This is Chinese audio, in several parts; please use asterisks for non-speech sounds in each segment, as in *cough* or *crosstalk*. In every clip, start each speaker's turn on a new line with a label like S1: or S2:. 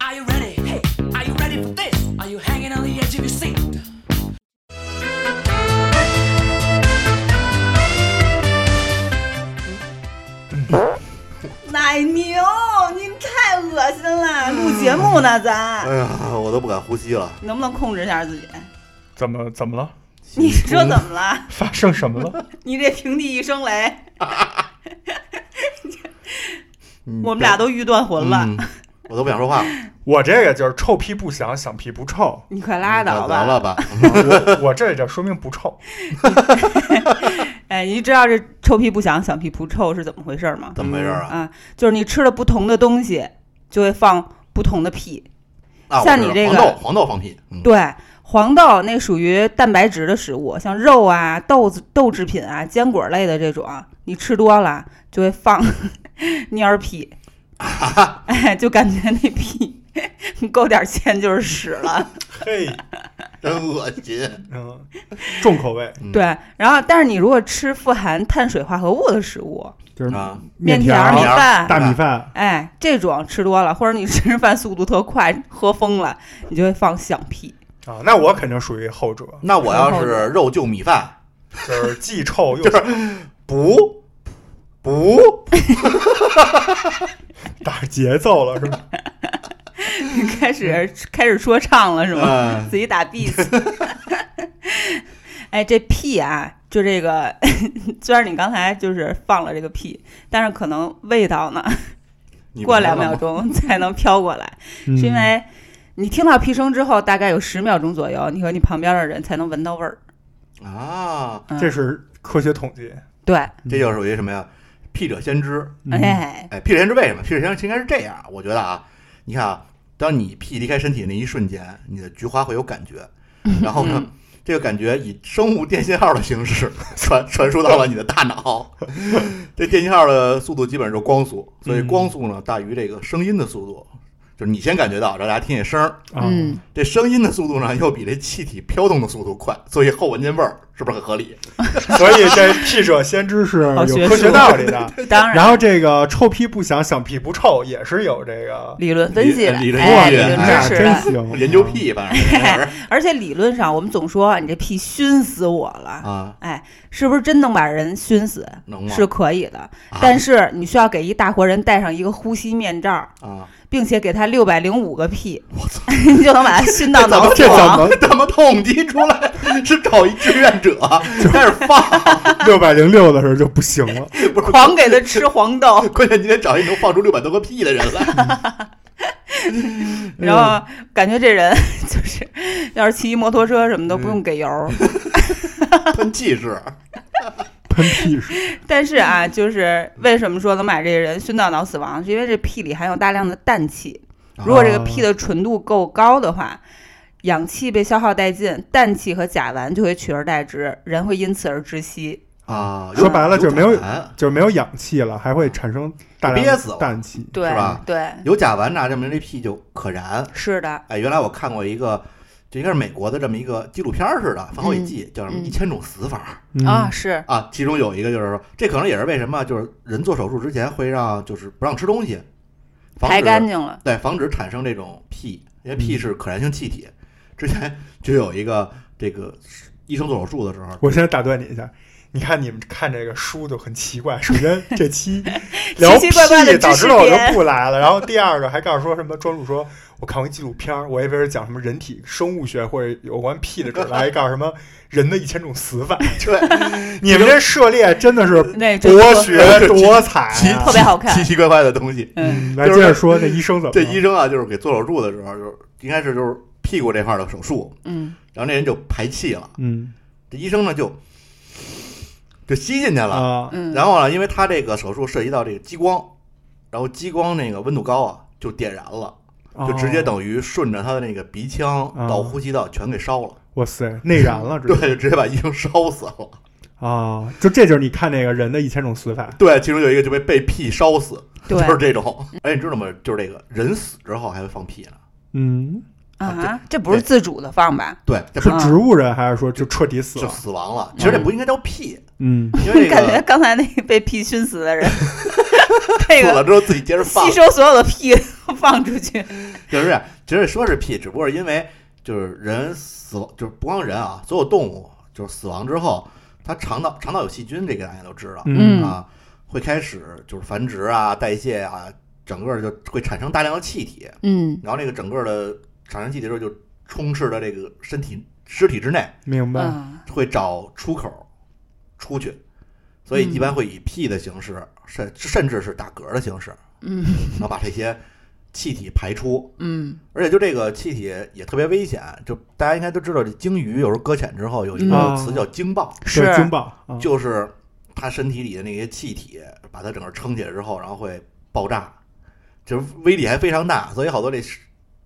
S1: Are you ready? Hey, are you ready for this? Are you hanging on the edge of your seat?
S2: 奶牛，你太恶心了！
S3: 嗯
S2: 录节目呢，咱
S4: 哎呀，我都不敢呼吸了。
S2: 能不能控制一下自己？
S5: 怎么怎么了？
S2: 你说怎么了？
S5: 发生什么了？
S2: 你这平地一声雷，
S4: 嗯
S2: 我们俩都欲断魂了。
S4: 嗯我都不想
S2: *laughs*
S4: 说话了，
S5: *laughs* 我这个就是臭屁不响，响屁不臭。
S2: 你快拉倒
S4: 完
S2: 吧！
S4: 嗯了吧？
S5: 我我这叫说明不臭。
S2: 哎，你知道这臭屁不响，响屁不臭是怎么回事吗？
S4: 怎么回事啊？
S2: 啊，就是你吃了不同的东西，就会放不同的屁。
S4: 啊，我
S2: 像
S4: 知
S2: 你
S4: 道
S2: 这个
S4: 黄豆，黄豆放屁，嗯，
S2: 对，黄豆那属于蛋白质的食物，像肉啊、豆子、豆制品啊、坚果类的这种，你吃多了就会放 *laughs* 蔫儿屁， *laughs* 哎，就感觉那屁 *laughs* 够点钱就是屎了。
S5: 嘿，
S4: 真恶心。
S5: 嗯，啊重口味
S4: 嗯
S2: *laughs* 对，然后但是你如果吃富含碳水化合物的食物，
S6: 就是
S4: 啊，
S2: 面
S6: 条
S2: 条、
S6: 儿、
S2: 嗯米
S4: 条儿
S2: 饭。
S6: 大米
S4: 啊
S6: 饭，
S2: 哎，这种吃多了，或者你吃饭速度特快，喝疯了，你就会放响屁。 *laughs*
S5: 啊，那我肯定属于后者，
S4: 那我要是肉就米饭，
S5: 就是既臭又
S4: 就是不
S5: *laughs*
S4: 不，
S5: 打节奏了，是吧？
S2: 开始开始说唱了是吗？
S4: 嗯，
S2: 自己打 B *laughs* 哎，这屁啊，就这个， *laughs* 虽然你刚才就是放了这个屁，但是可能味道呢，
S4: 你
S2: 过
S4: 明白
S2: 两
S4: 了
S2: 秒
S4: 吗，
S2: 钟才能飘过来，
S6: 嗯
S2: 是因为你听到屁声之后，大概有十秒钟左右，你和你旁边的人才能闻到味儿。
S4: 啊，
S2: 嗯
S5: 这是科学统计。
S2: 对，
S4: 这就属于什么呀？屁者先知，
S6: 嗯
S2: 哎，
S4: 哎，屁者先知为什么？屁者先知应该是这样，我觉得啊，你看啊，当你屁离开身体的那一瞬间，你的菊花会有感觉，然后呢，这个感觉以生物电信号的形式 *laughs* 传传输到了你的大脑。这电信号的速度基本上就是光速，所以
S5: 嗯
S4: 光速呢大于这个声音的速度，就是你先感觉到，让大家听见声儿。
S5: 啊，
S3: 嗯，
S4: 这声音的速度呢，又比这气体飘动的速度快，所以后闻见味儿是不是很合理？ *laughs*
S5: 所以这屁者先知是
S2: 好学
S5: 有
S2: 术
S5: 科学道理的。
S2: 当然
S5: 然后这个臭屁不响，响屁不臭也是有这个
S2: 理论分析了，
S4: 理理论
S2: 哎，
S4: 分
S2: 理
S4: 析
S2: 论
S6: 那
S2: 知识
S6: 真
S2: 了。
S6: 行，
S4: 研究屁，反正这玩意儿
S2: *laughs* 而且理论上，我们总说啊你这屁熏死我了，哎
S4: 啊，
S2: 是不是真能把人熏死？啊
S4: 能吗？
S2: 是可以的，
S4: 啊
S2: 但是你需要给一大活人戴上一个呼吸面罩，
S4: 啊，
S2: 并且给他六百零五个屁， *laughs* 你就能把他熏到
S4: *laughs* 这怎
S2: 脑
S4: 么
S2: 死
S4: 这怎
S2: 亡。
S4: 么怎么统计出来？是找一志愿者开始放，
S6: 六百零六的时候 *laughs* 就不行了，
S4: 不是
S2: 狂给他吃黄豆，
S4: 关键你得找一能放出六百多个屁的人来。
S6: *laughs*
S4: 嗯
S2: 然后感觉这人 *laughs* 就是，要是骑一摩托车什么
S4: 嗯
S2: 的不用给油。
S4: 喷气式，
S6: 喷屁是
S2: *laughs* 但是啊，就是为什么说能把这个人熏到脑死亡，是因为这屁里含有大量的氮气。如果这个
S4: 哦
S2: 屁的纯度够高的话，氧气被消耗殆尽，氮气和甲烷就会取而代之，人会因此而窒息。
S4: 啊，
S6: 说白了就是没有
S4: 甲烷
S6: 就是没有氧气了，还会产生大量
S4: 憋死了
S6: 的氮气。
S2: 对
S4: 是吧
S2: 对，
S4: 有甲烷那证明这屁就可燃。
S2: 是的。
S4: 哎，原来我看过一个，就应该是美国的这么一个纪录片儿似的，放好几季，叫什么
S2: 嗯
S4: 一千种死法。
S6: 嗯
S2: 啊，，是，
S4: 啊，其中有一个就是说，这可能也是为什么就是人做手术之前会让就是不让吃东西，防
S2: 排
S4: 止
S2: 干净了。
S4: 对，防止产生这种屁，因为
S2: 嗯
S4: 屁是可燃性气体。之前就有一个这个医生做手术的时
S2: *laughs*
S4: 候，
S5: 我先打断你一下，你看你们看这个书都很奇怪。首先这
S2: *laughs*
S5: 期聊
S2: 奇奇怪怪的
S5: 屁，早
S2: 知识
S5: 知道我就
S2: 点
S5: 不来了。然后第二个还告诉说什么庄主说，我看过一纪录片儿，我以为是讲什么人体生物学或者有关屁的指来告诉什么人的一千种死法。
S4: 对，
S5: 你们这涉猎真的是
S2: 那 *laughs* 这
S5: 博
S2: 多
S5: 学多才
S4: 奇
S5: 啊、
S2: 哎特别好看
S4: 奇奇怪怪的东西。
S2: 嗯，
S6: 嗯来接着说那医生怎么
S4: *laughs* 这
S6: 了
S4: 医生啊，就是给做手术的时候，就是应该是就是屁股这块儿的手术，
S2: 嗯，
S4: 然后那人就排气了，
S6: 嗯
S4: 这医生呢就就吸进去了。
S6: 啊
S2: 嗯，
S4: 然后呢，因为他这个手术涉及到这个激光，然后激光那个温度高啊，就点燃了。就直接
S6: 哦
S4: 等于顺着他的那个鼻腔
S2: 嗯
S4: 到呼吸道全给烧了， *laughs*
S6: 哇塞，内燃了，直
S4: 对，
S6: 接
S4: 就直接把医生烧死了。
S5: 哦
S6: 啊，就这就是你看那个人的一千种死法，
S4: *laughs* 对，其中有一个就被被屁烧死，就
S2: 对
S4: 是这种。哎，你知道吗？就是这个人死之后还会放屁呢。
S6: 嗯，
S2: 啊，这不是自主的放吧？
S4: 对，这
S6: 是
S2: 啊
S6: 植物人还是嗯说就彻底死
S4: 嗯就
S6: 了？
S4: 死亡了。其实这不应该叫屁，
S6: 嗯，
S4: 因为这
S2: *laughs* 感觉
S4: *laughs* 个
S2: 刚才那个被屁熏
S4: *laughs*
S2: 死的人，这
S4: 死了
S2: 个
S4: 之后自己接着放
S2: 吸，收所有的屁放出去，
S4: 就是其实说是屁，只不过是因为就是人死亡，就是不光人啊，所有动物就是死亡之后，它肠道肠道有细菌，这个大家都知道、
S6: 嗯
S4: 啊，会开始就是繁殖啊、代谢啊，整个就会产生大量的气体，
S2: 嗯，
S4: 然后那个整个的产生气体之后就充斥着这个身体尸体之内，
S6: 明白。
S2: 嗯
S4: 会找出口出去，所
S6: 嗯
S4: 以一般会以屁的形式，甚甚至是打嗝的形式，
S2: 嗯
S4: 然后把这些气体排出。
S2: 嗯
S4: 而且就这个气体也特别危险，就大家应该都知道，这鲸鱼有时候搁浅之后有一个
S6: 嗯
S4: 词叫鲸爆，
S2: 是
S6: 对，惊爆啊！
S4: 就是它身体里的那些气体把它整个撑起来之后，然后会爆炸，就是威力还非常大，所以好多这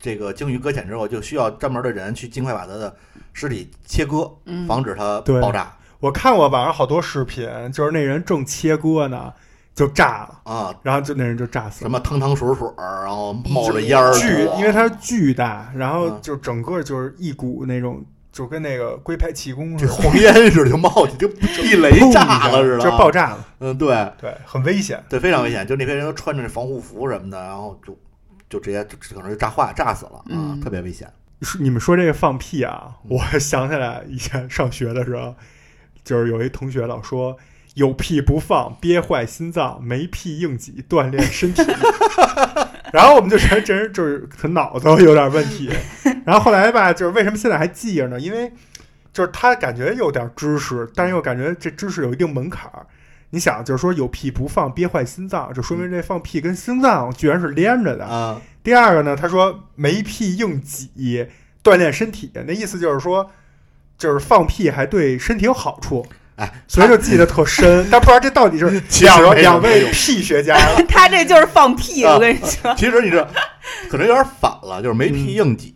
S4: 这个鲸鱼搁浅之后就需要专门的人去尽快把它的尸体切割，
S2: 嗯，
S4: 防止它
S6: 对
S4: 爆炸
S5: 我看过网上好多视频，
S6: 就是那人正切割呢，就炸了，
S4: 啊。
S6: 然后就那人就炸死
S4: 什
S6: 了。
S4: 么汤汤水水儿，然后冒着烟儿的，
S5: 巨，因为它巨大，然后
S4: 嗯
S5: 就整个就是一股那种，就跟那个龟派气功
S4: 这
S5: 似的，
S4: 黄烟似的就冒起，就地雷
S6: 砰一
S4: 炸
S6: 下
S4: 了似的，
S6: 就爆。炸了。
S4: 嗯，对
S5: 对，很危险。
S4: 对，非常危险。就那些人都穿着防护服什么的，然后就就直接就可能就炸坏、炸死了啊
S2: 嗯，
S4: 特别危险。
S6: 是你们说这个放屁啊，我想起来以前上学的时候，就是有一同学老说有屁不放憋坏心脏，没屁硬挤锻炼身体。 *laughs* 然后我们就觉得这人就是可脑子有点问题。然后后来吧，就是为什么现在还记着呢？因为就是他感觉有点知识，但是又感觉这知识有一定门槛儿。你想，就是说有屁不放憋坏心脏，就说明这放屁跟心脏居然是连着的。
S4: 啊，
S6: 第二个呢，他说没屁硬挤，锻炼身体，那意思就是说，就是放屁还对身体有好处，
S4: 哎，
S6: 所以就记得
S4: *laughs*
S6: 特深。但不知道这到底是
S4: 其实
S6: 两
S4: 没有
S6: 两
S4: 没有
S6: 位屁学家
S2: 他这就是放屁，
S4: 啊
S2: 我跟你
S4: *laughs*
S2: 说，
S4: 其实你这可能有点反了，就是没屁硬挤，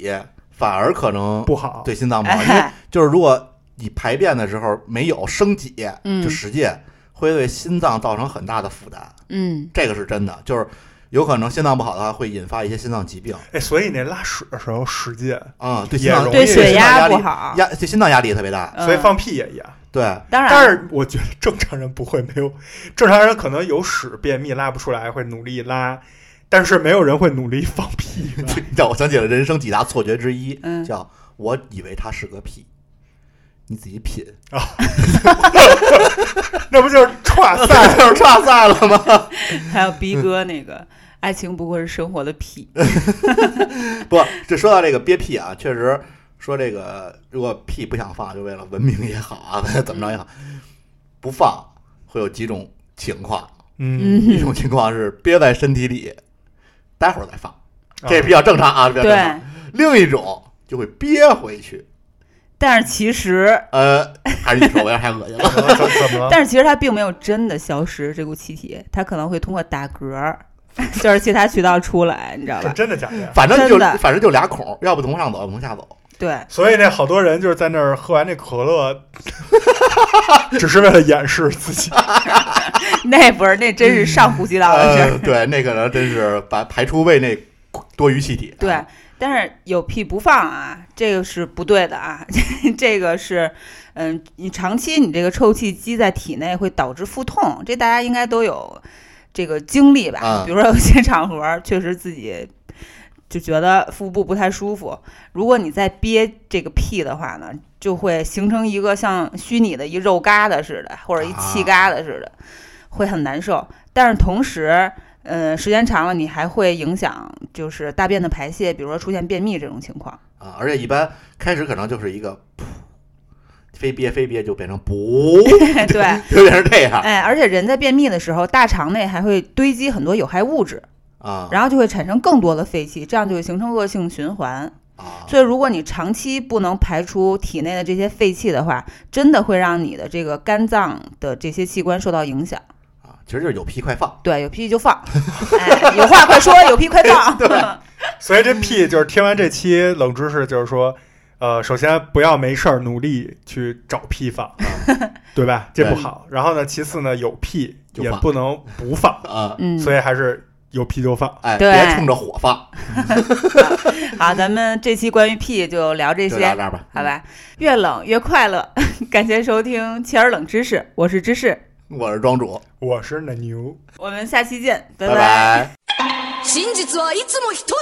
S4: 反而可能
S6: 不好，
S4: 对心脏不好，因为
S2: 哎，
S4: 就是如果你排便的时候没有升挤，
S2: 嗯
S4: 就使劲，会对心脏造成很大的负担。
S2: *laughs* 嗯，
S4: 这个是真的，就是有可能心脏不好的话会引发一些心脏疾病
S6: 哎，所以那拉屎的时候使劲，
S4: 啊、对
S6: 也
S4: 心脏
S6: 容易
S2: 对血
S4: 心脏
S2: 压
S4: 压
S2: 不
S4: 力
S2: 好，
S4: 压对心脏压力也特别大。
S2: 嗯
S6: 所以放屁也一样。
S4: 对， *laughs*
S2: 当
S6: 但
S2: 然
S6: 是我觉得正常人不会没有，正常人可能有屎便秘拉不出来，会努力拉，但是没有人会努力放屁
S4: *laughs*
S6: 吧。
S4: 让我想起了人生几大错觉之一，
S2: 嗯
S4: 叫我以为它是个屁。你自己
S6: *laughs*
S4: 品，
S6: 那不就是串
S4: 那
S6: 赛？
S4: 就是差赛了吗？ *laughs*
S2: 还有逼哥那
S4: 嗯
S2: 个爱情不过是生活的屁，
S4: 不，这说到这个憋屁啊，确实说这个如果屁不想放，就为了文明也好啊， *laughs* 怎么着也好，不放会有几种情况。
S6: 嗯，
S4: 一
S2: *laughs* 嗯，
S4: 种情况是憋在身体里，待会儿再放，
S6: 啊
S4: 这比较正常啊，这比较正常
S2: 对。
S4: 另一种就会憋回去，
S2: 但是其实，
S4: 呃，还是你说我有点太恶心
S2: *laughs*
S4: 了。
S5: 怎么怎么
S4: *laughs*
S6: 嗯
S5: 了？
S2: 但是其实它并没有真的消失这股气体，它可能会通过打嗝， *laughs* 就是其他渠道出来，你知道
S6: 是
S2: 吧？
S6: 真的假的呀？
S4: 反正就
S2: 真的
S4: 反正就俩孔，要不从上走，要不从下
S2: *laughs*
S4: 走。
S2: 对，
S6: 所以那好多人就是在那儿喝完那可乐， *laughs* 只是为了掩饰自 *laughs* 己。
S2: 那不是，那真啊是上呼吸道的事儿。
S4: 呃，对，那可能真是把排出胃内多余气体。
S2: 对，但是有屁不放啊，这个是不对的啊， *laughs* 这个是，嗯，你长期你这个臭气积在体内会导致腹痛，这大家应该都有这个经历吧？
S4: 嗯
S2: 比如说有些场合儿确实自己就觉得腹部不太舒服，如果你再憋这个屁的话呢，就会形成一个像虚拟的一肉疙瘩似的，或者一气疙瘩似的，会很难受。但是同时，呃，时间长了，你还会影响就是大便的排泄，比如说出现便秘这种情况。
S4: 啊，而且一般开始可能就是一个噗，非憋非憋就变成不，
S2: *laughs* 对，
S4: *laughs* 就变成这样
S2: 哎，而且人在便秘的时候，大肠内还会堆积很多有害物质，
S4: 啊
S2: 然后就会产生更多的废气，这样就会形成恶性循环。
S4: 啊
S2: 所以，如果你长期不能排出体内的这些废气的话，真的会让你的这个肝脏的这些器官受到影响。
S4: 啊！其实就是有屁快放，
S2: 对，有屁就放，哎，有话快说，有屁快放。
S6: 所以这屁就是听完这期冷知识，就是说，呃，首先不要没事儿努力去找屁 *laughs* 放，对吧？这不好。然后呢，其次呢，有屁
S4: 就
S6: 也
S4: 放
S6: 不能不放，
S4: 啊，
S2: 嗯，
S6: 所以还是有屁就放。
S4: 哎，
S2: 对
S4: 别冲着火放，
S2: 好，咱们这期关于屁就聊这
S4: 就到
S2: 些，
S4: 这儿吧。
S2: 好吧？越冷越快乐， *laughs* 感谢收听《切尔冷知识》，我是芝士，
S4: 我是庄主，
S6: 我是奶牛。
S2: 我们下期见，
S4: 拜
S2: 拜
S4: 拜
S1: 真実はいつも一つ